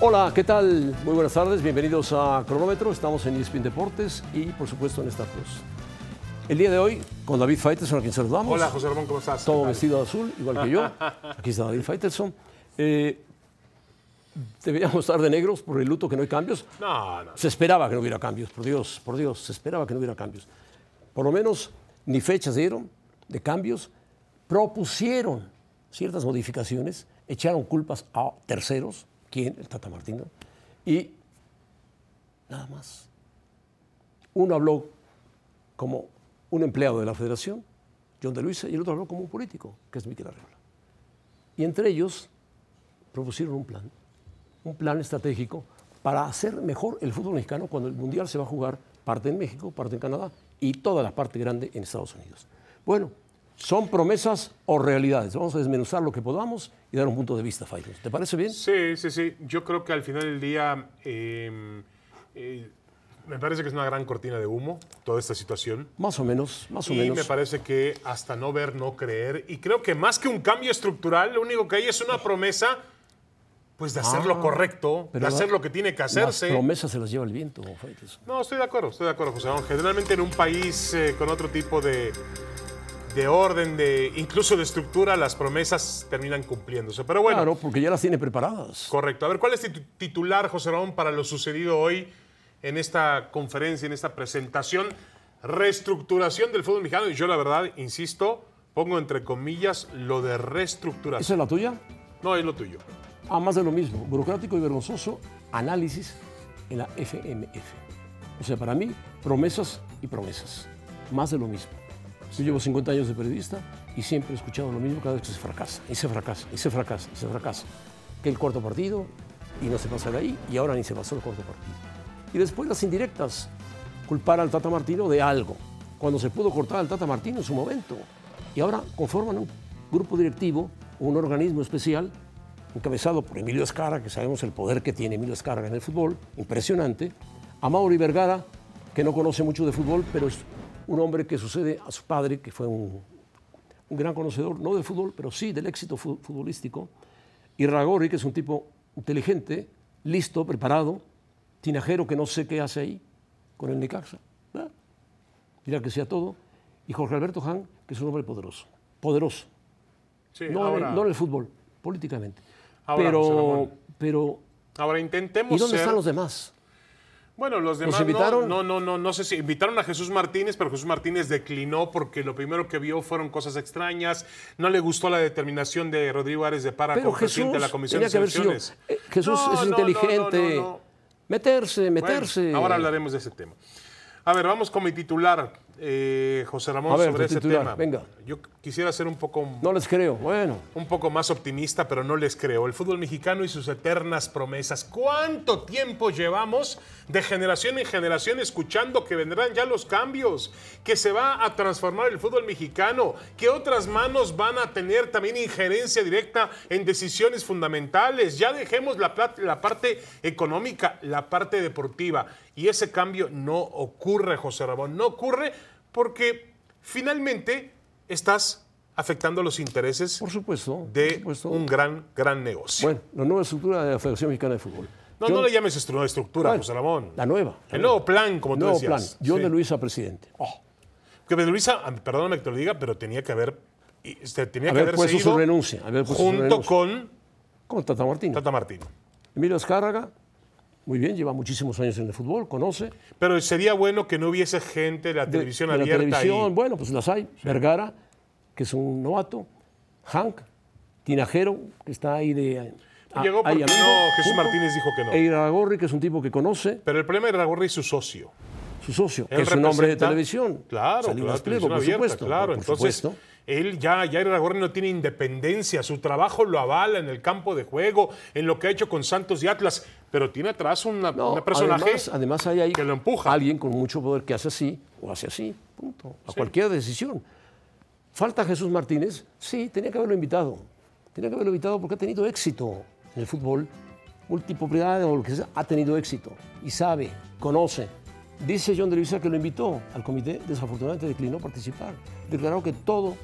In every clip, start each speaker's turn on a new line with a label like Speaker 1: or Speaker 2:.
Speaker 1: Hola, ¿qué tal? Muy buenas tardes, bienvenidos a Cronómetro, estamos en E ESPN Deportes y por supuesto en Star Plus. El día de hoy con David Faitelson, a quien saludamos.
Speaker 2: Hola José Ramón, ¿cómo estás?
Speaker 1: Todo vestido de azul, igual que yo. Aquí está David Faitelson. Eh, deberíamos estar de negros por el luto que no hay cambios.
Speaker 2: No, no.
Speaker 1: Se esperaba que no hubiera cambios, por Dios, por Dios, se esperaba que no hubiera cambios. Por lo menos ni fechas dieron de cambios, propusieron ciertas modificaciones, echaron culpas a terceros, ¿quién? El Tata Martino, y nada más. Uno habló como un empleado de la federación, John de Luisa, y el otro habló como un político, que es Miquel Arreola. Y entre ellos propusieron un plan, un plan estratégico para hacer mejor el fútbol mexicano cuando el Mundial se va a jugar parte en México, parte en Canadá y toda la parte grande en Estados Unidos. Bueno, ¿son promesas o realidades? Vamos a desmenuzar lo que podamos y dar un punto de vista, Fairo. ¿Te parece bien?
Speaker 2: Sí, sí, sí. Yo creo que al final del día eh, eh, me parece que es una gran cortina de humo toda esta situación.
Speaker 1: Más o menos, más o
Speaker 2: Y
Speaker 1: menos.
Speaker 2: me parece que hasta no ver, no creer. Y creo que más que un cambio estructural, lo único que hay es una promesa, pues de hacer lo correcto, de
Speaker 1: la-
Speaker 2: hacer lo que tiene que hacerse.
Speaker 1: Ah, Las promesas se las lleva el viento, Faitelson.
Speaker 2: No, estoy de acuerdo, estoy de acuerdo, José Ramón. Generalmente en un país eh, con otro tipo de, de orden, de incluso de estructura, las promesas terminan cumpliéndose. Pero bueno,
Speaker 1: Claro, porque ya las tiene preparadas.
Speaker 2: correcto. A ver, ¿cuál es tu titular, José Ramón, para lo sucedido hoy en esta conferencia, en esta presentación? Reestructuración del fútbol mexicano. Y yo, la verdad, insisto, pongo entre comillas lo de
Speaker 1: ¿Esa
Speaker 2: reestructuración.
Speaker 1: es la tuya?
Speaker 2: No, es lo tuyo.
Speaker 1: A Ah, más de lo mismo, burocrático y vergonzoso, análisis en la FMF. O sea, para mí, promesas y promesas. Más de lo mismo. Yo llevo 50 años de periodista y siempre he escuchado lo mismo cada vez que se fracasa, y se fracasa, y se fracasa, y se fracasa. Que el cuarto partido, y no se pasa de ahí, y ahora ni se pasó el cuarto partido. Y después las indirectas, culpar al Tata Martino de algo, cuando se pudo cortar al Tata Martino en su momento. Y ahora conforman un grupo directivo, un organismo especial encabezado por Emilio Escara, que sabemos el poder que tiene Emilio Escara en el fútbol, impresionante, a Mauri Vergara, que no conoce mucho de fútbol, pero es un hombre que sucede a su padre, que fue un, un gran conocedor, no del fútbol, pero sí del éxito fu- futbolístico, y Ragori, que es un tipo inteligente, listo, preparado, tinajero que no sé qué hace ahí con el Necaxa. ¿verdad? Dirá que sea todo. Y Jorge Alberto Han, que es un hombre poderoso. Poderoso.
Speaker 2: Sí,
Speaker 1: No, en,
Speaker 2: ahora,
Speaker 1: el- no en el fútbol, políticamente.
Speaker 2: Ahora, José
Speaker 1: pero,
Speaker 2: Ramón.
Speaker 1: pero,
Speaker 2: ahora intentemos
Speaker 1: ¿y dónde
Speaker 2: ser-
Speaker 1: están los demás?
Speaker 2: Bueno, los demás
Speaker 1: invitaron?
Speaker 2: No, no, no, no, no sé si invitaron a Jesús Martínez, pero Jesús Martínez declinó porque lo primero que vio fueron cosas extrañas. No le gustó la determinación de Rodrigo Ares de Para
Speaker 1: Pero
Speaker 2: como
Speaker 1: Jesús
Speaker 2: presidente de la Comisión
Speaker 1: tenía
Speaker 2: de
Speaker 1: que haber sido.
Speaker 2: Selecciones.
Speaker 1: eh, Jesús
Speaker 2: No,
Speaker 1: es
Speaker 2: no, no,
Speaker 1: inteligente.
Speaker 2: no, no, no.
Speaker 1: Meterse,
Speaker 2: Bueno,
Speaker 1: meterse.
Speaker 2: Pues, ahora hablaremos de ese tema. A ver, vamos con mi titular, eh, José Ramón,
Speaker 1: A ver,
Speaker 2: sobre
Speaker 1: tu
Speaker 2: ese
Speaker 1: titular,
Speaker 2: tema.
Speaker 1: venga.
Speaker 2: Yo quisiera ser un poco
Speaker 1: No les creo. Bueno,
Speaker 2: un poco más optimista, pero no les creo. El fútbol mexicano y sus eternas promesas. ¿Cuánto tiempo llevamos de generación en generación escuchando que vendrán ya los cambios? Que se va a transformar el fútbol mexicano, que otras manos van a tener también injerencia directa en decisiones fundamentales. Ya dejemos la, plat- la parte económica, la parte deportiva. Y ese cambio no ocurre, José Ramón, no ocurre porque finalmente estás afectando los intereses
Speaker 1: por supuesto.
Speaker 2: de
Speaker 1: por supuesto.
Speaker 2: un gran, gran negocio.
Speaker 1: Bueno, la nueva estructura de la Federación Mexicana de Fútbol.
Speaker 2: no,
Speaker 1: Yo-
Speaker 2: no le llames estru- estructura,
Speaker 1: Bueno,
Speaker 2: José Ramón.
Speaker 1: La nueva.
Speaker 2: El nuevo plan, como tú
Speaker 1: nuevo plan.
Speaker 2: decías.
Speaker 1: John
Speaker 2: Sí.
Speaker 1: de Luisa, presidente. Oh,
Speaker 2: Que Pedro Luisa, ah, perdóname que te lo diga, pero tenía que haber, y- este, tenía que
Speaker 1: Haber
Speaker 2: haberse
Speaker 1: puesto su
Speaker 2: ido
Speaker 1: pues, renuncia, haber puesto su
Speaker 2: junto
Speaker 1: renuncia.
Speaker 2: con
Speaker 1: con Tata Martino.
Speaker 2: Tata Martino.
Speaker 1: Emilio Azcárraga, muy bien, lleva muchísimos años en el fútbol, conoce.
Speaker 2: Pero sería bueno que no hubiese gente de la televisión
Speaker 1: de la
Speaker 2: abierta
Speaker 1: televisión,
Speaker 2: ahí.
Speaker 1: bueno, pues las hay. Vergara, que es un novato. Hank, Tinajero, que está ahí de. a-
Speaker 2: Llegó
Speaker 1: ah, ahí amigo,
Speaker 2: porque no, Jesús
Speaker 1: junto.
Speaker 2: Martínez dijo que no.
Speaker 1: E Iragorri, que es un tipo que conoce,
Speaker 2: Pero el problema era Gorri y su socio.
Speaker 1: su socio, que
Speaker 2: Él
Speaker 1: es un hombre de
Speaker 2: representa-
Speaker 1: televisión.
Speaker 2: Claro,
Speaker 1: Salinas
Speaker 2: claro,
Speaker 1: Pliego,
Speaker 2: televisión
Speaker 1: por
Speaker 2: abierta,
Speaker 1: supuesto.
Speaker 2: claro.
Speaker 1: por
Speaker 2: Entonces,
Speaker 1: supuesto.
Speaker 2: él ya, Jair Aragorri no tiene independencia, su trabajo lo avala en el campo de juego, en lo que ha hecho con Santos y Atlas, pero tiene atrás una,
Speaker 1: No,
Speaker 2: una personaje.
Speaker 1: además, además hay ahí
Speaker 2: que lo empuja.
Speaker 1: alguien con mucho poder que hace así o hace así, punto. A cualquier decisión. ¿Falta Jesús Martínez? Sí, tenía que haberlo invitado. Tenía que haberlo invitado porque ha tenido éxito en el fútbol. Multipropiedad o lo que sea, ha tenido éxito. Y sabe, conoce. Dice John de Luisa que lo invitó al comité, desafortunadamente declinó participar. Declaró que todo,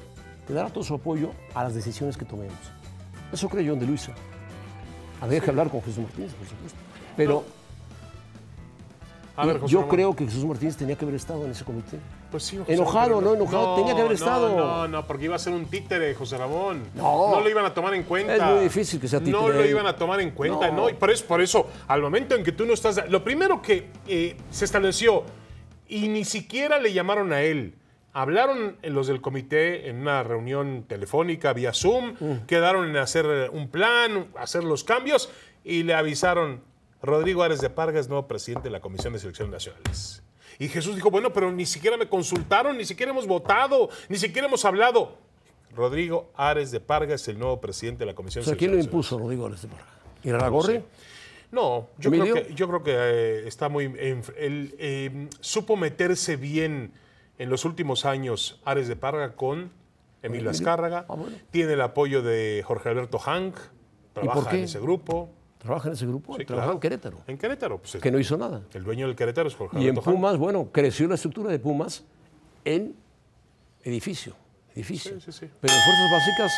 Speaker 1: que dará todo su apoyo a las decisiones que tomemos. Eso cree John de Luisa. Habría que hablar con Jesús Martínez, por supuesto. Pero
Speaker 2: A ver, José
Speaker 1: yo
Speaker 2: Ramón.
Speaker 1: creo que Jesús Martínez tenía que haber estado en ese comité.
Speaker 2: Pues sí, José
Speaker 1: Enojado,
Speaker 2: Ramón,
Speaker 1: no
Speaker 2: pero
Speaker 1: enojado, tenía que haber
Speaker 2: no,
Speaker 1: estado.
Speaker 2: No, no, porque iba a ser un títere, José Ramón.
Speaker 1: No.
Speaker 2: lo iban a tomar en cuenta.
Speaker 1: Es muy difícil que sea
Speaker 2: No
Speaker 1: títere.
Speaker 2: lo iban a tomar en cuenta,
Speaker 1: No.
Speaker 2: no. Y por eso, por eso, al momento en que tú no estás. Lo primero que eh, se estableció, y ni siquiera le llamaron a él. Hablaron los del comité en una reunión telefónica vía Zoom,
Speaker 1: Mm.
Speaker 2: quedaron en hacer eh, un plan, hacer los cambios, y le avisaron: Rodrigo Ares de Pargas, nuevo presidente de la Comisión de Selecciones Nacionales. Y Jesús dijo, bueno, pero ni siquiera me consultaron, ni siquiera hemos votado, ni siquiera hemos hablado. Rodrigo Ares de Pargas, el nuevo presidente de la Comisión
Speaker 1: O sea,
Speaker 2: de
Speaker 1: ¿quién lo
Speaker 2: Selecciones
Speaker 1: impuso, Rodrigo Álvarez de Parra? ¿Iraragorri?
Speaker 2: no, yo
Speaker 1: ¿Emilio?
Speaker 2: creo que, yo creo que eh, está muy. en- él, eh, supo meterse bien en los últimos años Ares de Parga con Emilio Azcárraga.
Speaker 1: Ah, bueno.
Speaker 2: Tiene el apoyo de Jorge Alberto Hank, trabaja
Speaker 1: por qué?
Speaker 2: en ese grupo.
Speaker 1: ¿Trabaja en ese grupo?
Speaker 2: Sí,
Speaker 1: Trabaja
Speaker 2: claro.
Speaker 1: en Querétaro,
Speaker 2: En Querétaro, pues,
Speaker 1: que no hizo nada.
Speaker 2: el dueño del Querétaro es Jorge
Speaker 1: Y en
Speaker 2: Alberto Hank.
Speaker 1: Pumas, bueno, creció la estructura de Pumas en edificio, edificio.
Speaker 2: Sí, sí, sí.
Speaker 1: Pero en Fuerzas Básicas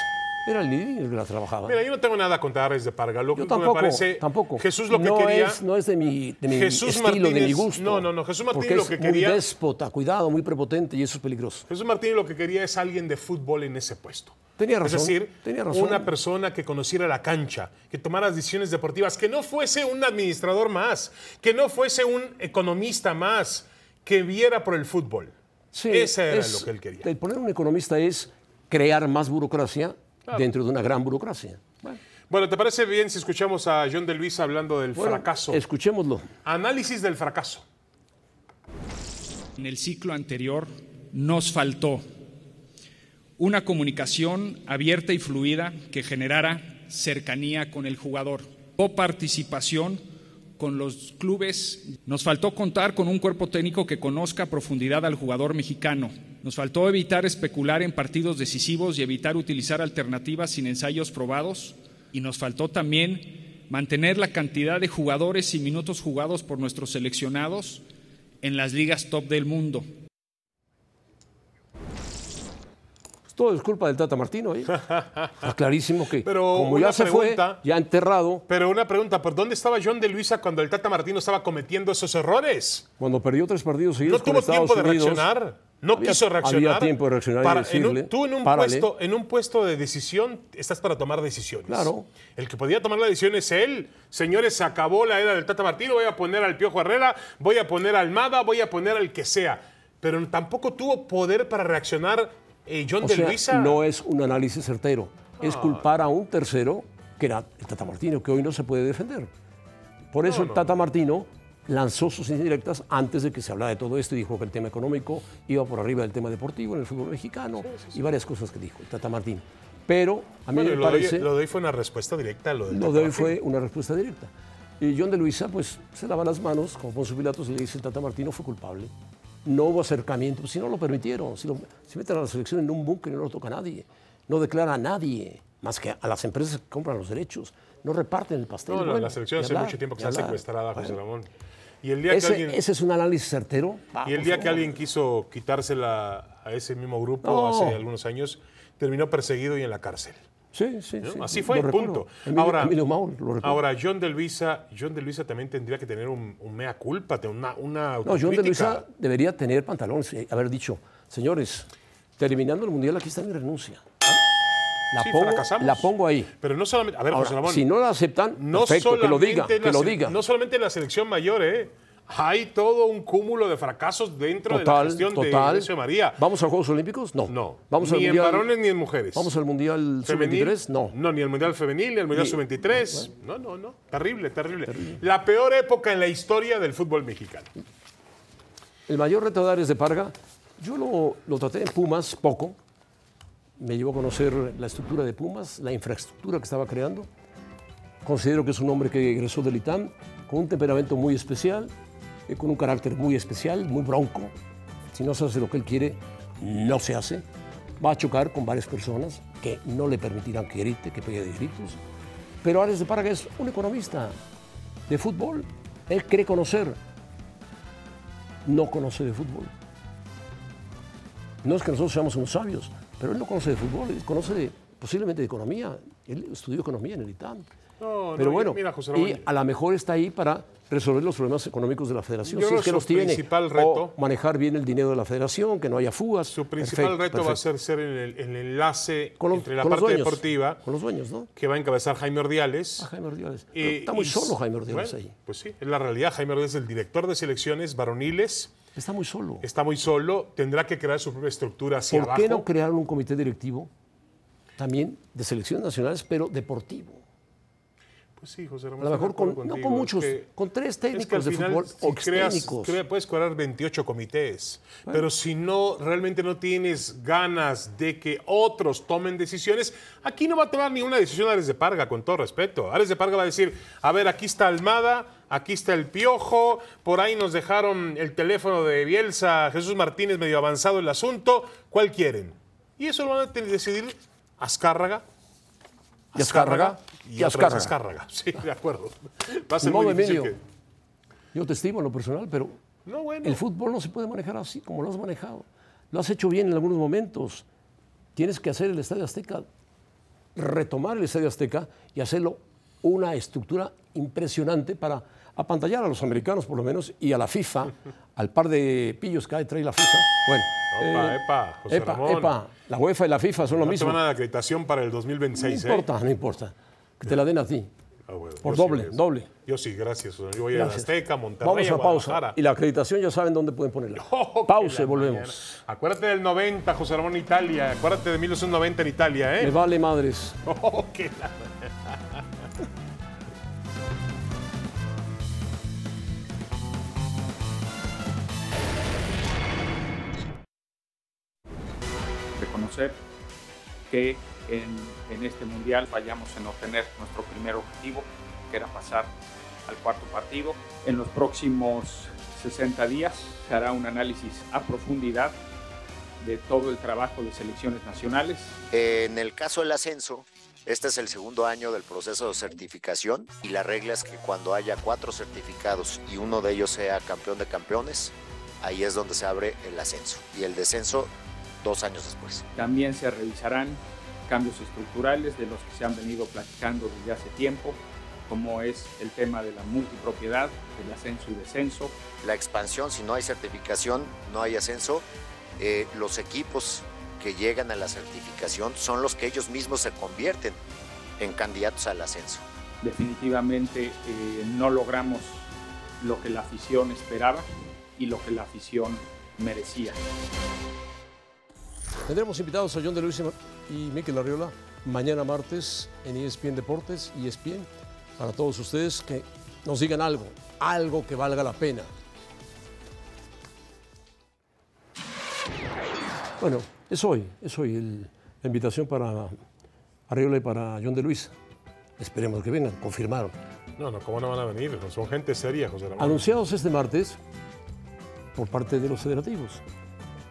Speaker 1: era el líder el que la trabajaba.
Speaker 2: Mira, yo no tengo nada contra Ares de Parga. Lo
Speaker 1: Yo
Speaker 2: único que
Speaker 1: tampoco,
Speaker 2: me parece.
Speaker 1: tampoco.
Speaker 2: Jesús lo que
Speaker 1: no
Speaker 2: quería.
Speaker 1: Es, no es de mi, de mi
Speaker 2: Jesús
Speaker 1: estilo, de mi
Speaker 2: Martínez-
Speaker 1: gusto.
Speaker 2: no, no, no, Jesús Martínez
Speaker 1: porque
Speaker 2: lo
Speaker 1: es
Speaker 2: que
Speaker 1: muy
Speaker 2: quería-
Speaker 1: déspota, cuidado, muy prepotente y eso es peligroso.
Speaker 2: Jesús Martínez lo que quería es alguien de fútbol en ese puesto.
Speaker 1: Tenía razón,
Speaker 2: Es decir,
Speaker 1: tenía razón.
Speaker 2: una persona que conociera la cancha, que tomara decisiones deportivas, que no fuese un administrador más, que no fuese un economista más, que viera por el fútbol.
Speaker 1: Sí,
Speaker 2: Ese era
Speaker 1: es-
Speaker 2: lo que él quería.
Speaker 1: El poner un economista es crear más burocracia dentro de una gran burocracia. Bueno,
Speaker 2: Bueno, ¿te parece bien si escuchamos a John de Luis hablando del fracaso?
Speaker 1: Escuchémoslo.
Speaker 2: Análisis del fracaso.
Speaker 3: En el ciclo anterior nos faltó una comunicación abierta y fluida que generara cercanía con el jugador, coparticipación con los clubes. Nos faltó contar con un cuerpo técnico que conozca a profundidad al jugador mexicano. Nos faltó evitar especular en partidos decisivos y evitar utilizar alternativas sin ensayos probados. Y nos faltó también mantener la cantidad de jugadores y minutos jugados por nuestros seleccionados en las ligas top del mundo.
Speaker 1: Pues Todo es culpa del Tata Martino. ¿eh? Está clarísimo que
Speaker 2: Pero
Speaker 1: como
Speaker 2: una
Speaker 1: ya se
Speaker 2: pregunta-
Speaker 1: fue, ya enterrado,
Speaker 2: Pero una pregunta, ¿por dónde estaba John de Luisa cuando el Tata Martino estaba cometiendo esos errores?
Speaker 1: cuando perdió tres partidos
Speaker 2: No
Speaker 1: seguidos con
Speaker 2: tuvo
Speaker 1: Estados
Speaker 2: tiempo de
Speaker 1: Unidos,
Speaker 2: reaccionar. No
Speaker 1: Había-
Speaker 2: quiso reaccionar.
Speaker 1: había tiempo de reaccionar y
Speaker 2: en un-
Speaker 1: decirle,
Speaker 2: tú en un,
Speaker 1: "Párale".
Speaker 2: puesto, en un puesto de decisión estás para tomar decisiones.
Speaker 1: Claro.
Speaker 2: El que podía tomar la decisión es él. Señores, se acabó la era del Tata Martino. Voy a poner al Piojo Herrera, voy a poner a Almada, voy a poner al que sea. Pero tampoco tuvo poder para reaccionar eh, John
Speaker 1: O
Speaker 2: de
Speaker 1: sea,
Speaker 2: Luisa. Ah.
Speaker 1: no es un análisis certero. Es culpar a un tercero, que era el Tata Martino, que hoy no se puede defender. Por eso el Tata Martino lanzó sus indirectas antes de que se hablara de todo esto y dijo que el tema económico iba por arriba del tema deportivo en el fútbol mexicano y varias cosas que dijo el Tata Martino. Pero a mí
Speaker 2: Bueno,
Speaker 1: me
Speaker 2: lo, de hoy-
Speaker 1: parece...
Speaker 2: lo de hoy fue una respuesta directa a lo del
Speaker 1: Lo
Speaker 2: Tata
Speaker 1: de hoy
Speaker 2: Martino.
Speaker 1: fue una respuesta directa. Y John de Luisa, pues, se lava las manos, como Poncio Pilatos, y le dice, el Tata Martino fue culpable. No hubo acercamiento, si no lo permitieron, si, lo- si meten a la selección en un búnker y no lo toca a nadie, no declara a nadie, más que a las empresas que compran los derechos, no reparten el pastel.
Speaker 2: No, no,
Speaker 1: Bueno,
Speaker 2: la selección
Speaker 1: y
Speaker 2: hace
Speaker 1: hablar,
Speaker 2: mucho tiempo que
Speaker 1: y
Speaker 2: está
Speaker 1: hablar.
Speaker 2: secuestrada, José
Speaker 1: Bueno,
Speaker 2: Ramón. Y el día que
Speaker 1: ese,
Speaker 2: alguien...
Speaker 1: ese es un análisis certero.
Speaker 2: Y el
Speaker 1: Vamos,
Speaker 2: día que
Speaker 1: ¿no?
Speaker 2: alguien quiso quitársela a ese mismo grupo
Speaker 1: No.
Speaker 2: hace algunos años, terminó perseguido y en la cárcel.
Speaker 1: Sí, sí,
Speaker 2: ¿no?
Speaker 1: sí,
Speaker 2: Así fue,
Speaker 1: lo
Speaker 2: punto.
Speaker 1: recuerdo. Emilio-
Speaker 2: ahora,
Speaker 1: Emilio Mauro, lo recuerdo.
Speaker 2: ahora, John de Luisa, John de Luisa también tendría que tener un, un mea culpa, te- una,
Speaker 1: No,
Speaker 2: una
Speaker 1: John de
Speaker 2: autocrítica.
Speaker 1: Luisa debería tener pantalones y haber dicho, señores, terminando el Mundial aquí está mi renuncia. ¿Ah? La,
Speaker 2: Sí,
Speaker 1: pongo,
Speaker 2: fracasamos.
Speaker 1: la pongo ahí.
Speaker 2: Pero no solamente. A ver, José
Speaker 1: Ahora,
Speaker 2: Ramón.
Speaker 1: si no la aceptan,
Speaker 2: no
Speaker 1: perfecto, que lo diga,
Speaker 2: solamente en la
Speaker 1: que lo
Speaker 2: sele-
Speaker 1: diga.
Speaker 2: No solamente en la selección mayor, ¿eh? Hay todo un cúmulo de fracasos dentro de la
Speaker 1: total,
Speaker 2: gestión de
Speaker 1: total.
Speaker 2: Ignacio María.
Speaker 1: ¿Vamos a Juegos Olímpicos? No.
Speaker 2: No.
Speaker 1: Vamos al
Speaker 2: ni en
Speaker 1: mundial,
Speaker 2: varones ni en mujeres.
Speaker 1: ¿Vamos al Mundial
Speaker 2: Femenil.
Speaker 1: Sub-23? No.
Speaker 2: No, ni el Mundial Femenil, ni el Mundial
Speaker 1: Ni- Ah,
Speaker 2: Sub-23. No, no, no. Terrible, terrible, La peor época en la historia del fútbol mexicano.
Speaker 1: El mayor reto de Ares de Parga, yo lo, lo traté en Pumas poco. Me llevó a conocer la estructura de Pumas, la infraestructura que estaba creando. Considero que es un hombre que egresó del ITAM con un temperamento muy especial, eh, con un carácter muy especial, muy bronco. Si no se hace lo que él quiere, no se hace. Va a chocar con varias personas que no le permitirán que grite, que pegue de gritos. Pero Ares de Parga es un economista de fútbol. Él cree conocer, no conoce de fútbol. No es que nosotros seamos unos sabios, pero él no conoce de fútbol, él conoce de- posiblemente de economía. Él estudió economía en el ITAM.
Speaker 2: No, no,
Speaker 1: Pero bueno,
Speaker 2: mira, José Ramón,
Speaker 1: y a lo mejor está ahí para resolver los problemas económicos de la federación,
Speaker 2: Yo
Speaker 1: si
Speaker 2: creo
Speaker 1: es que
Speaker 2: su
Speaker 1: los tiene,
Speaker 2: principal
Speaker 1: o
Speaker 2: reto-
Speaker 1: manejar bien el dinero de la federación, que no haya fugas.
Speaker 2: su principal
Speaker 1: Perfecto,
Speaker 2: reto va a
Speaker 1: perfecto.
Speaker 2: ser ser el, el enlace
Speaker 1: Con los-
Speaker 2: entre la
Speaker 1: con los
Speaker 2: parte
Speaker 1: dueños,
Speaker 2: deportiva
Speaker 1: Con los dueños, ¿no?
Speaker 2: que va a encabezar Jaime Ordiales.
Speaker 1: A Jaime Ordiales. Pero
Speaker 2: Eh,
Speaker 1: está muy
Speaker 2: y-
Speaker 1: solo Jaime Ordiales
Speaker 2: bueno,
Speaker 1: ahí.
Speaker 2: Pues sí, es la realidad. Jaime Ordiales es el director de selecciones varoniles,
Speaker 1: Está muy solo.
Speaker 2: está muy solo, tendrá que crear su propia estructura hacia
Speaker 1: ¿Por
Speaker 2: abajo.
Speaker 1: qué no crear un comité directivo también de selecciones nacionales, pero deportivo?
Speaker 2: Pues sí, José Ramón.
Speaker 1: A lo
Speaker 2: estoy de
Speaker 1: mejor con,
Speaker 2: acuerdo
Speaker 1: no
Speaker 2: contigo.
Speaker 1: con
Speaker 2: Es
Speaker 1: muchos,
Speaker 2: que-
Speaker 1: con tres técnicos
Speaker 2: es que al
Speaker 1: de
Speaker 2: final,
Speaker 1: fútbol
Speaker 2: si
Speaker 1: o
Speaker 2: creas-
Speaker 1: técnicos.
Speaker 2: crea- puedes crear 28 comités, pero si no realmente no tienes ganas de que otros tomen decisiones, aquí no va a tomar ninguna decisión Ares de Parga, con todo respeto. Ares de Parga va a decir, a ver, aquí está Almada, aquí está el Piojo, por ahí nos dejaron el teléfono de Bielsa, Jesús Martínez medio avanzado el asunto, ¿cuál quieren? Y eso lo van a tener que decidir Azcárraga.
Speaker 1: Y Azcárraga,
Speaker 2: Y
Speaker 1: y
Speaker 2: otra vez
Speaker 1: Azcárraga.
Speaker 2: Azcárraga. Sí, de acuerdo. Va a ser
Speaker 1: Ni modo,
Speaker 2: muy difícil
Speaker 1: Emilio.
Speaker 2: que-
Speaker 1: Yo te estimo en lo personal, pero
Speaker 2: No, bueno.
Speaker 1: el fútbol no se puede manejar así como lo has manejado. Lo has hecho bien en algunos momentos. Tienes que hacer el Estadio Azteca, retomar el Estadio Azteca y hacerlo una estructura impresionante para apantallar a los americanos, por lo menos, y a la FIFA, al par de pillos que hay, trae la FIFA. Bueno, eh,
Speaker 2: Opa, epa, José
Speaker 1: epa,
Speaker 2: Ramón.
Speaker 1: epa, la UEFA y la FIFA son lo
Speaker 2: No te
Speaker 1: mismo.
Speaker 2: van a dar acreditación para el
Speaker 1: No
Speaker 2: 2026, ¿eh?
Speaker 1: importa, no importa. Que te la den a ti.
Speaker 2: Ah, bueno,
Speaker 1: Por
Speaker 2: yo
Speaker 1: doble,
Speaker 2: gracias.
Speaker 1: doble.
Speaker 2: Yo sí, gracias. Yo voy
Speaker 1: Gracias.
Speaker 2: a Azteca, Monterrey,
Speaker 1: Vamos a pausa.
Speaker 2: Guadalajara.
Speaker 1: Y la acreditación ya saben dónde pueden ponerla.
Speaker 2: Oh, que
Speaker 1: pausa y
Speaker 2: la
Speaker 1: volvemos.
Speaker 2: mañana. Acuérdate del 90, José Ramón, Italia. Acuérdate de 1990 en Italia,
Speaker 1: Me
Speaker 2: ¿eh?
Speaker 1: vale madres.
Speaker 2: Oh, que la-
Speaker 4: reconocer que en, en este mundial vayamos en obtener nuestro primer objetivo, que era pasar al cuarto partido. En los próximos 60 días se hará un análisis a profundidad de todo el trabajo de selecciones nacionales.
Speaker 5: En el caso del ascenso, este es el segundo año del proceso de certificación y la regla es que cuando haya cuatro certificados y uno de ellos sea campeón de campeones, ahí es donde se abre el ascenso y el descenso dos años después.
Speaker 4: También se revisarán cambios estructurales de los que se han venido platicando desde hace tiempo, como es el tema de la multipropiedad, el ascenso y descenso,
Speaker 5: La expansión, si no hay certificación, no hay ascenso. Eh, los equipos que llegan a la certificación son los que ellos mismos se convierten en candidatos al ascenso.
Speaker 4: definitivamente eh, no logramos lo que la afición esperaba y lo que la afición merecía.
Speaker 1: Tendremos invitados a John de Luis y Miquel Arriola mañana martes en E ESPN Deportes, E ESPN, para todos ustedes que nos digan algo, algo que valga la pena. Bueno, es hoy, es hoy el- la invitación para Arriola y para John de Luis. Esperemos que vengan, confirmaron.
Speaker 2: No, no, ¿cómo no van a venir? No, Son gente seria, José Ramón.
Speaker 1: anunciados este martes por parte de los federativos.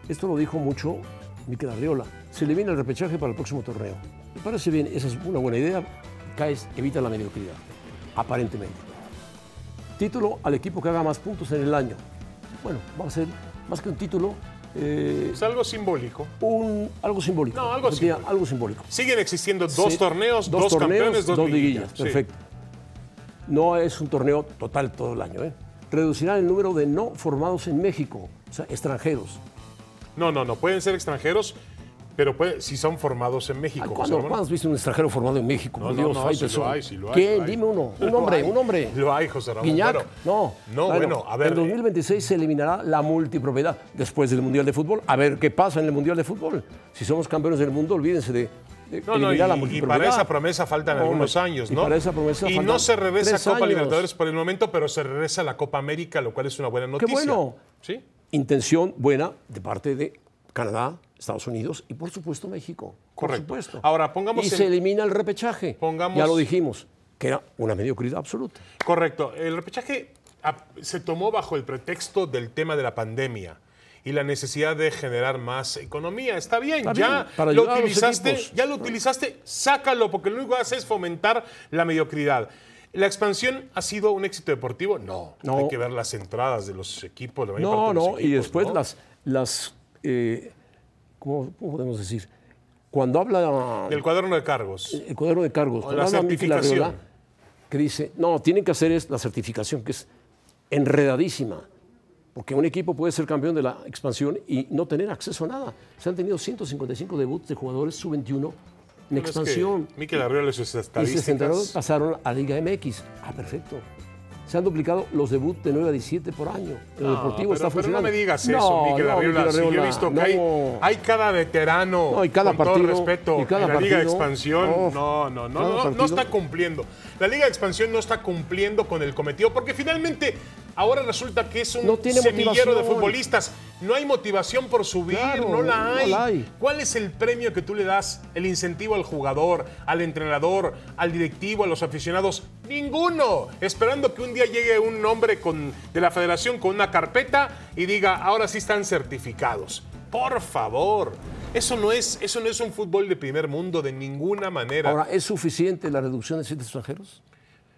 Speaker 1: Esto lo dijo mucho Miquel Arriola. Se elimina el repechaje para el próximo torneo. Me parece bien, esa es una buena idea. Caes, evita la mediocridad, aparentemente. Título al equipo que haga más puntos en el año. Bueno, va a ser más que un título, eh,
Speaker 2: Es algo simbólico.
Speaker 1: un, algo simbólico.
Speaker 2: No, algo
Speaker 1: Efectivamente,
Speaker 2: simbólico.
Speaker 1: algo simbólico.
Speaker 2: Siguen existiendo dos
Speaker 1: Sí,
Speaker 2: torneos, dos,
Speaker 1: torneos,
Speaker 2: campeones, dos,
Speaker 1: dos liguillas.
Speaker 2: sí.
Speaker 1: Perfecto. No es un torneo total todo el año. ¿eh? Reducirán el número de no formados en México, o sea, extranjeros.
Speaker 2: No, no, no. Pueden ser extranjeros, pero puede- si son formados en México.
Speaker 1: Ah,
Speaker 2: José
Speaker 1: ¿Cuándo,
Speaker 2: Ramón.
Speaker 1: cuándo has visto un extranjero formado en México?
Speaker 2: No,
Speaker 1: Por
Speaker 2: no,
Speaker 1: Dios,
Speaker 2: no,
Speaker 1: ay,
Speaker 2: sí lo
Speaker 1: tesoro.
Speaker 2: hay, sí lo hay,
Speaker 1: ¿Quién?
Speaker 2: lo hay.
Speaker 1: Dime uno. Un
Speaker 2: Lo
Speaker 1: hombre,
Speaker 2: hay.
Speaker 1: un hombre.
Speaker 2: Lo hay, José Ramón,
Speaker 1: Guiñac.
Speaker 2: bueno.
Speaker 1: no.
Speaker 2: No, bueno, a ver, eh,
Speaker 1: En 2026 se eliminará la multipropiedad después del Mundial de Fútbol. A ver qué pasa en el Mundial de Fútbol. Si somos campeones del mundo, olvídense de. de
Speaker 2: No, no, y,
Speaker 1: eliminar la
Speaker 2: y
Speaker 1: multipropiedad.
Speaker 2: para esa promesa faltan
Speaker 1: Hombre,
Speaker 2: algunos años,
Speaker 1: y
Speaker 2: ¿no?
Speaker 1: para esa promesa
Speaker 2: Y
Speaker 1: faltan
Speaker 2: no se regresa a
Speaker 1: tres
Speaker 2: Copa
Speaker 1: años.
Speaker 2: Libertadores por el momento, pero se regresa a la Copa América, lo cual es una buena noticia.
Speaker 1: bueno!
Speaker 2: ¿Sí?
Speaker 1: intención buena de parte de Canadá, Estados Unidos y por supuesto México.
Speaker 2: Correcto.
Speaker 1: Por supuesto.
Speaker 2: Ahora, pongamos
Speaker 1: Y
Speaker 2: en-
Speaker 1: se elimina el repechaje.
Speaker 2: Pongamos-
Speaker 1: Ya lo dijimos, que era una mediocridad absoluta.
Speaker 2: Correcto. El repechaje ah, se tomó bajo el pretexto del tema de la pandemia y la necesidad de generar más economía. Está bien,
Speaker 1: Está
Speaker 2: ya
Speaker 1: bien, para
Speaker 2: lo
Speaker 1: ayudar a los
Speaker 2: utilizaste,
Speaker 1: equipos.
Speaker 2: ya lo utilizaste, sácalo, porque lo único que hace es fomentar la mediocridad. ¿La expansión ha sido un éxito deportivo? No.
Speaker 1: No.
Speaker 2: Hay que ver las entradas de los equipos. la mayor
Speaker 1: No,
Speaker 2: parte de los
Speaker 1: no, y
Speaker 2: equipos,
Speaker 1: después
Speaker 2: ¿no?
Speaker 1: las... las eh, ¿cómo, cómo podemos decir? Cuando habla
Speaker 2: Del cuaderno de cargos.
Speaker 1: el cuadro de cargos,
Speaker 2: O
Speaker 1: cuando
Speaker 2: la
Speaker 1: habla Mikel
Speaker 2: certificación.
Speaker 1: Arriola, que dice, no, tienen que hacer es la certificación, que es enredadísima, porque un equipo puede ser campeón de la expansión y no tener acceso a nada. Se han tenido 155 debuts de jugadores sub-21 en expansión.
Speaker 2: Miquel Arriola y sus
Speaker 1: Y 62
Speaker 2: estadísticas.
Speaker 1: pasaron a Liga MX. Ah, perfecto. Se han duplicado los debuts de 9 a 17 por año. El deportivo
Speaker 2: pero,
Speaker 1: está
Speaker 2: pero
Speaker 1: funcionando.
Speaker 2: no me digas eso, Miquel Arriola.
Speaker 1: Miquel
Speaker 2: Sí, yo
Speaker 1: Arriola,
Speaker 2: he visto que
Speaker 1: no.
Speaker 2: hay, hay cada veterano,
Speaker 1: No, y cada
Speaker 2: con
Speaker 1: partido,
Speaker 2: todo respeto,
Speaker 1: y cada
Speaker 2: en la Liga de
Speaker 1: partido,
Speaker 2: Expansión
Speaker 1: no,
Speaker 2: no, no, no,
Speaker 1: cada
Speaker 2: no, no
Speaker 1: partido.
Speaker 2: está cumpliendo. La Liga de Expansión no está cumpliendo con el cometido porque finalmente ahora resulta que es un
Speaker 1: No tiene
Speaker 2: semillero de
Speaker 1: motivación.
Speaker 2: futbolistas. No hay motivación por subir,
Speaker 1: Claro,
Speaker 2: no, la
Speaker 1: no
Speaker 2: hay.
Speaker 1: la hay.
Speaker 2: ¿Cuál es el premio que tú le das, el incentivo al jugador, al entrenador, al directivo, a los aficionados? Ninguno. Esperando que un día llegue un hombre con, de la federación con una carpeta y diga, ahora sí están certificados. Por favor. Eso no es, eso no es un fútbol de primer mundo de ninguna manera.
Speaker 1: Ahora, ¿es suficiente la reducción de 7 extranjeros?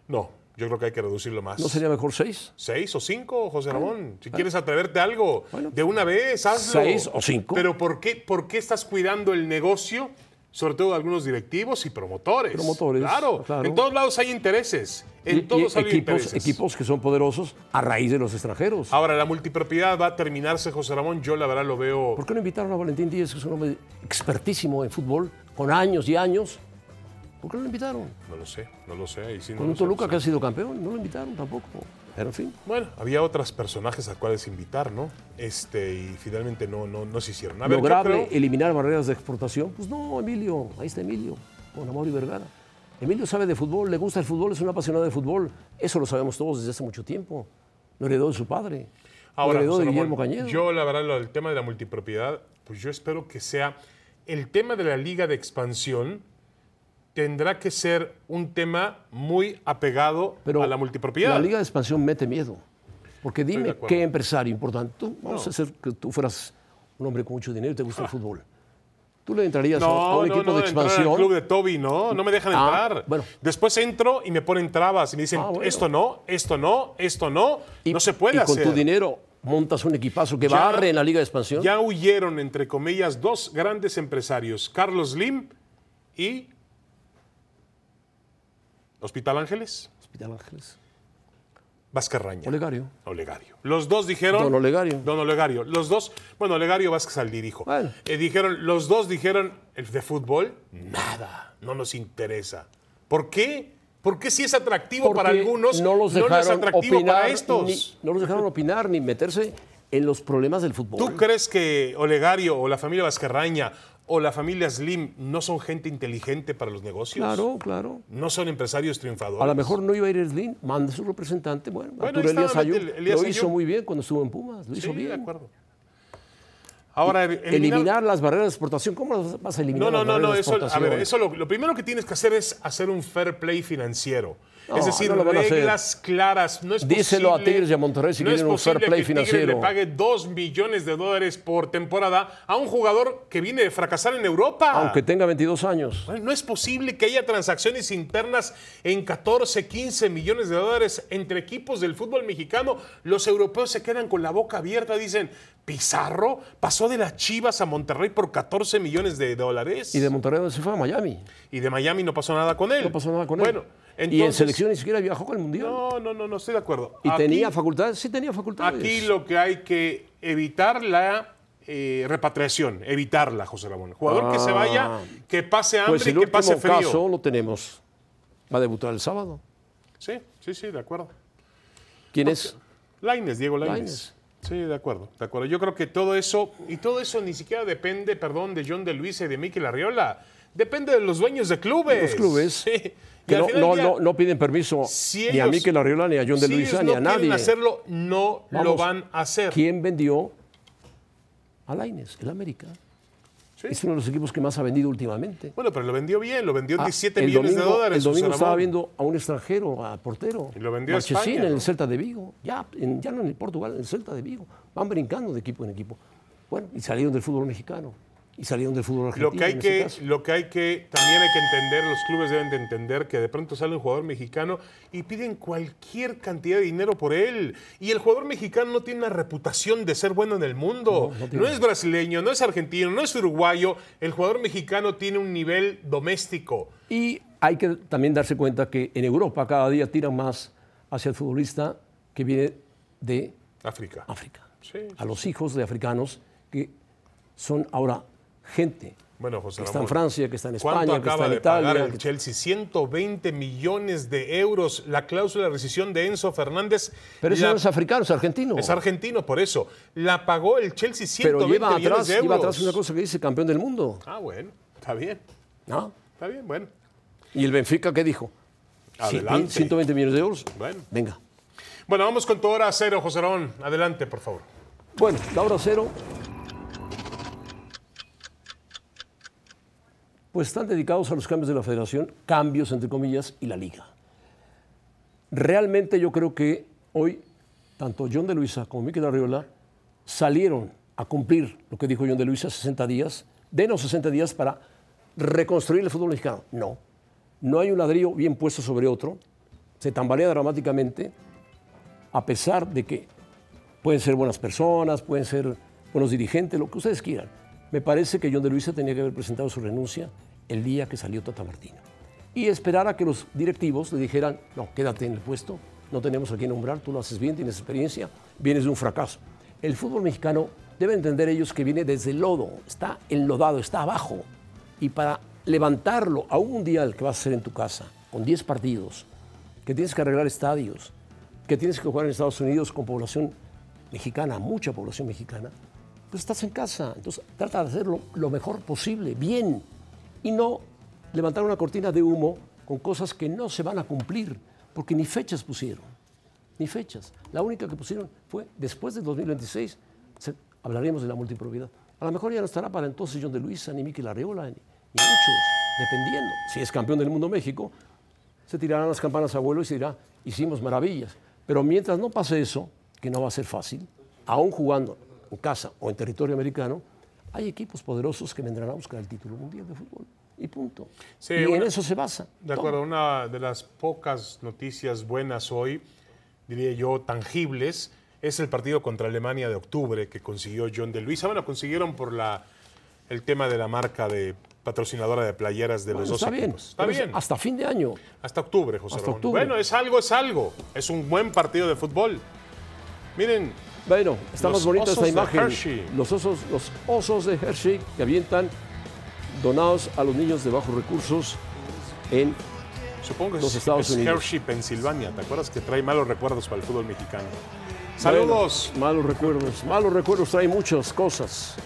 Speaker 2: no, yo creo que hay que reducirlo más.
Speaker 1: ¿No sería mejor 6?
Speaker 2: ¿Seis o cinco, José Ramón? Si quieres atreverte a algo,
Speaker 1: Ah, Bueno.
Speaker 2: de una vez, hazlo.
Speaker 1: Seis o cinco.
Speaker 2: Pero ¿por qué, ¿por qué estás cuidando el negocio? Sobre todo de algunos directivos y promotores.
Speaker 1: Promotores,
Speaker 2: Claro.
Speaker 1: claro.
Speaker 2: En todos lados hay intereses. En
Speaker 1: Y- y
Speaker 2: todos hay
Speaker 1: equipos,
Speaker 2: intereses.
Speaker 1: equipos que son poderosos a raíz de los extranjeros.
Speaker 2: Ahora, la multipropiedad va a terminarse, José Ramón. Yo, la verdad, lo veo.
Speaker 1: ¿Por qué no invitaron a Valentín Díez, que es un hombre expertísimo en fútbol, con años y años? ¿Por qué no lo invitaron?
Speaker 2: No lo sé, no lo sé. ahí sí no
Speaker 1: Con
Speaker 2: lo
Speaker 1: un
Speaker 2: sé, no
Speaker 1: Toluca
Speaker 2: sé.
Speaker 1: que ha sido campeón, no lo invitaron tampoco. Pero en fin.
Speaker 2: Bueno, había otros personajes a cuales invitar, ¿no? Este, y finalmente no, no, no se hicieron. A ver, yo
Speaker 1: ¿Lograble
Speaker 2: creo-
Speaker 1: eliminar barreras de exportación? Pues no, Emilio, ahí está Emilio, con Amor y Vergara. Emilio sabe de fútbol, le gusta el fútbol, es un apasionado de fútbol. Eso lo sabemos todos desde hace mucho tiempo. Lo heredó de su padre. lo
Speaker 2: Ahora,
Speaker 1: heredó
Speaker 2: José
Speaker 1: de
Speaker 2: Ramón,
Speaker 1: Guillermo Cañedo.
Speaker 2: yo la verdad, lo del tema de la multipropiedad, pues yo espero que sea el tema de la liga de expansión tendrá que ser un tema muy apegado
Speaker 1: Pero
Speaker 2: a la multipropiedad.
Speaker 1: La Liga de Expansión mete miedo. Porque
Speaker 2: de
Speaker 1: dime
Speaker 2: acuerdo.
Speaker 1: qué empresario importante. Tú, vamos a hacer que tú fueras un hombre con mucho dinero y te gusta el fútbol. Tú le entrarías a- a
Speaker 2: Ah. no,
Speaker 1: un
Speaker 2: no,
Speaker 1: equipo
Speaker 2: no,
Speaker 1: de
Speaker 2: entrar al
Speaker 1: expansión.
Speaker 2: club de Toby, no, no me dejan
Speaker 1: Ah,
Speaker 2: entrar.
Speaker 1: bueno.
Speaker 2: Después entro y me ponen trabas y me dicen,
Speaker 1: Ah, bueno.
Speaker 2: esto no, esto no, esto no,
Speaker 1: y-
Speaker 2: no se puede
Speaker 1: y
Speaker 2: hacer.
Speaker 1: con tu dinero montas un equipazo que
Speaker 2: Ya-
Speaker 1: barre en la Liga de Expansión.
Speaker 2: Ya huyeron, entre comillas, dos grandes empresarios, Carlos Lim y Hospital Ángeles,
Speaker 1: Hospital Ángeles.
Speaker 2: Vascarraña.
Speaker 1: Olegario.
Speaker 2: Olegario. Los dos dijeron.
Speaker 1: Don Olegario.
Speaker 2: Don Olegario. Los dos. Bueno, Olegario Vázquez al dirijo.
Speaker 1: Bueno.
Speaker 2: dijeron, los dos dijeron, el de fútbol, nada, no nos interesa. ¿Por qué? ¿Por qué si es atractivo para
Speaker 1: Porque
Speaker 2: algunos,
Speaker 1: no los dejaron
Speaker 2: es atractivo
Speaker 1: opinar,
Speaker 2: para estos?
Speaker 1: ni- no los dejaron opinar ni meterse en los problemas del fútbol.
Speaker 2: ¿Tú crees que Olegario o la familia Vázquez o la familia Slim no son gente inteligente para los negocios?
Speaker 1: Claro, claro.
Speaker 2: No son empresarios triunfadores.
Speaker 1: A lo mejor no iba a ir Slim, manda su representante. Bueno,
Speaker 2: Bueno,
Speaker 1: Arturo
Speaker 2: ahí
Speaker 1: Elías
Speaker 2: estaba
Speaker 1: Ayub
Speaker 2: el- Elías
Speaker 1: lo hizo
Speaker 2: Ayub.
Speaker 1: muy bien cuando estuvo en Pumas, lo
Speaker 2: Sí,
Speaker 1: hizo bien.
Speaker 2: de acuerdo. Ahora,
Speaker 1: eliminar, las barreras de exportación. ¿Cómo las vas a eliminar?
Speaker 2: No, no,
Speaker 1: las barreras
Speaker 2: no, no.
Speaker 1: de
Speaker 2: Eso, a
Speaker 1: exportación?
Speaker 2: ver, eso lo, lo primero que tienes que hacer es hacer un fair play financiero.
Speaker 1: No,
Speaker 2: es decir,
Speaker 1: no lo van a hacer.
Speaker 2: reglas claras. No es
Speaker 1: Díselo a
Speaker 2: posible-
Speaker 1: Tigres y a Monterrey si
Speaker 2: no es
Speaker 1: quieren un fair
Speaker 2: posible
Speaker 1: play
Speaker 2: que Tigres
Speaker 1: financiero.
Speaker 2: le pague 2 millones de dólares por temporada a un jugador que viene de fracasar en Europa.
Speaker 1: Aunque tenga 22 años.
Speaker 2: No es posible que haya transacciones internas en 14, 15 millones de dólares entre equipos del fútbol mexicano. Los europeos se quedan con la boca abierta, dicen, Pizarro pasó de las Chivas a Monterrey por 14 millones de dólares
Speaker 1: Y de Monterrey donde se fue a Miami.
Speaker 2: y de Miami no pasó nada con él.
Speaker 1: No pasó nada con
Speaker 2: bueno,
Speaker 1: él.
Speaker 2: entonces,
Speaker 1: y en selección ni siquiera viajó con el Mundial.
Speaker 2: No, no, no, no estoy de acuerdo.
Speaker 1: y
Speaker 2: Aquí-
Speaker 1: tenía facultades. Sí tenía facultades.
Speaker 2: Aquí lo que hay que evitar la eh, repatriación, evitarla, José Ramón. Jugador que se vaya, que pase hambre
Speaker 1: Ah. pues
Speaker 2: y
Speaker 1: el
Speaker 2: que
Speaker 1: último
Speaker 2: pase frío.
Speaker 1: caso lo tenemos. Va a debutar el sábado.
Speaker 2: Sí, sí, sí, de acuerdo.
Speaker 1: ¿Quién es?
Speaker 2: Laines, Diego Laines.
Speaker 1: Lainez.
Speaker 2: Sí, de acuerdo, de acuerdo. Yo creo que todo eso, y todo eso ni siquiera depende, perdón, de John de Luis y de Mikel Arriola. Depende de los dueños de clubes.
Speaker 1: Los clubes.
Speaker 2: Sí. Y
Speaker 1: Que
Speaker 2: al
Speaker 1: no,
Speaker 2: final
Speaker 1: no-
Speaker 2: del día,
Speaker 1: no- no piden permiso
Speaker 2: si
Speaker 1: ni a
Speaker 2: ellos-
Speaker 1: Mikel Arriola, ni a John de
Speaker 2: si
Speaker 1: Luisa,
Speaker 2: ellos
Speaker 1: ni
Speaker 2: no
Speaker 1: a
Speaker 2: quieren
Speaker 1: nadie.
Speaker 2: hacerlo, no lo
Speaker 1: Vamos,
Speaker 2: van a hacer.
Speaker 1: ¿Quién vendió a Laines? El América.
Speaker 2: Sí.
Speaker 1: Es uno de los equipos que más ha vendido últimamente.
Speaker 2: Bueno, pero lo vendió bien, lo vendió en
Speaker 1: Ah,
Speaker 2: 17
Speaker 1: el
Speaker 2: millones de
Speaker 1: domingo-
Speaker 2: dólares.
Speaker 1: El domingo
Speaker 2: José
Speaker 1: estaba
Speaker 2: Ramón.
Speaker 1: viendo a un extranjero, a portero.
Speaker 2: Y lo vendió a
Speaker 1: Marchesín
Speaker 2: España,
Speaker 1: en
Speaker 2: ¿no?
Speaker 1: el Celta de Vigo. Ya, en- ya no en el Portugal, en el Celta de Vigo. Van brincando de equipo en equipo. Bueno, y salieron del fútbol mexicano. Y salieron del fútbol argentino.
Speaker 2: Lo que, hay
Speaker 1: en este
Speaker 2: que,
Speaker 1: caso.
Speaker 2: lo que hay que, también hay que entender, los clubes deben de entender que de pronto sale un jugador mexicano y piden cualquier cantidad de dinero por él. Y el jugador mexicano no tiene la reputación de ser bueno en el mundo. No, es brasileño, no es argentino, no es uruguayo. El jugador mexicano tiene un nivel doméstico.
Speaker 1: Y hay que también darse cuenta que en Europa cada día tiran más hacia el futbolista que viene de
Speaker 2: África.
Speaker 1: África.
Speaker 2: Sí.
Speaker 1: A los hijos de africanos que son ahora gente
Speaker 2: Bueno, José
Speaker 1: que está en
Speaker 2: Ramón,
Speaker 1: Francia, que está en
Speaker 2: ¿Cuánto
Speaker 1: España, que está
Speaker 2: acaba
Speaker 1: en
Speaker 2: de
Speaker 1: Italia.
Speaker 2: pagar el
Speaker 1: que-
Speaker 2: Chelsea? 120 millones de euros. La cláusula de rescisión de Enzo Fernández.
Speaker 1: Pero eso
Speaker 2: la-
Speaker 1: no es africano, es argentino.
Speaker 2: es argentino, por eso. La pagó el Chelsea 120
Speaker 1: Pero lleva
Speaker 2: millones
Speaker 1: atrás,
Speaker 2: de euros.
Speaker 1: lleva atrás una cosa que dice campeón del mundo.
Speaker 2: Ah, bueno, está bien.
Speaker 1: ¿no?
Speaker 2: Está bien, bueno.
Speaker 1: ¿Y el Benfica qué dijo? Cien-
Speaker 2: Adelante.
Speaker 1: 120 millones de euros.
Speaker 2: Bueno.
Speaker 1: Venga.
Speaker 2: Bueno, vamos con tu hora cero, José Ramón. Adelante, por favor.
Speaker 1: Bueno, la hora cero. Pues están dedicados a los cambios de la federación, cambios entre comillas, y la liga. Realmente yo creo que hoy, tanto John de Luisa como Miquel Arriola salieron a cumplir lo que dijo John de Luisa, 60 días, denos 60 días para reconstruir el fútbol mexicano. No, no hay un ladrillo bien puesto sobre otro, se tambalea dramáticamente, a pesar de que pueden ser buenas personas, pueden ser buenos dirigentes, lo que ustedes quieran. Me parece que John de Luisa tenía que haber presentado su renuncia el día que salió Tata Martino y esperar a que los directivos le dijeran, no, quédate en el puesto, no tenemos a quién nombrar, tú lo haces bien, tienes experiencia, vienes de un fracaso. El fútbol mexicano debe entender ellos que viene desde el lodo, está enlodado, está abajo. Y para levantarlo a un mundial que vas a hacer en tu casa, con 10 partidos, que tienes que arreglar estadios, que tienes que jugar en Estados Unidos con población mexicana, mucha población mexicana, pues estás en casa. Entonces trata de hacerlo lo mejor posible, bien, y no levantar una cortina de humo con cosas que no se van a cumplir, porque ni fechas pusieron, ni fechas. La única que pusieron fue después del 2026, se- hablaremos de la multipropiedad. A lo mejor ya no estará para entonces John de Luisa, ni Miquel Arreola, ni, ni muchos, dependiendo. Si es campeón del mundo México, se tirarán las campanas a vuelo y se dirá, hicimos maravillas. Pero mientras no pase eso, que no va a ser fácil, aún jugando en casa o en territorio americano, hay equipos poderosos que vendrán a buscar el título mundial de fútbol. Y punto.
Speaker 2: Sí,
Speaker 1: y en
Speaker 2: una-
Speaker 1: eso se basa.
Speaker 2: De acuerdo, una de las pocas noticias buenas hoy, diría yo, tangibles, es el partido contra Alemania de octubre que consiguió John de Luisa. Bueno, consiguieron por la, el tema de la marca de patrocinadora de playeras de
Speaker 1: Bueno,
Speaker 2: los dos
Speaker 1: está bien.
Speaker 2: equipos. Está
Speaker 1: pero es
Speaker 2: bien. Hasta,
Speaker 1: Hasta fin de año.
Speaker 2: octubre, José
Speaker 1: hasta
Speaker 2: Ramón.
Speaker 1: octubre.
Speaker 2: Bueno, es algo, es algo. Es un buen partido de fútbol. Miren,
Speaker 1: Bueno, está
Speaker 2: Los
Speaker 1: más bonita
Speaker 2: osos
Speaker 1: esta
Speaker 2: de
Speaker 1: imagen.
Speaker 2: Hershey.
Speaker 1: los osos, los osos de Hershey que avientan donados a los niños de bajos recursos en
Speaker 2: supongo que
Speaker 1: Los
Speaker 2: es,
Speaker 1: Estados
Speaker 2: es
Speaker 1: Unidos.
Speaker 2: Hershey, Pensilvania. ¿Te acuerdas que trae malos recuerdos para el fútbol mexicano?
Speaker 1: Bueno,
Speaker 2: Saludos.
Speaker 1: malos recuerdos. Malos recuerdos trae muchas cosas.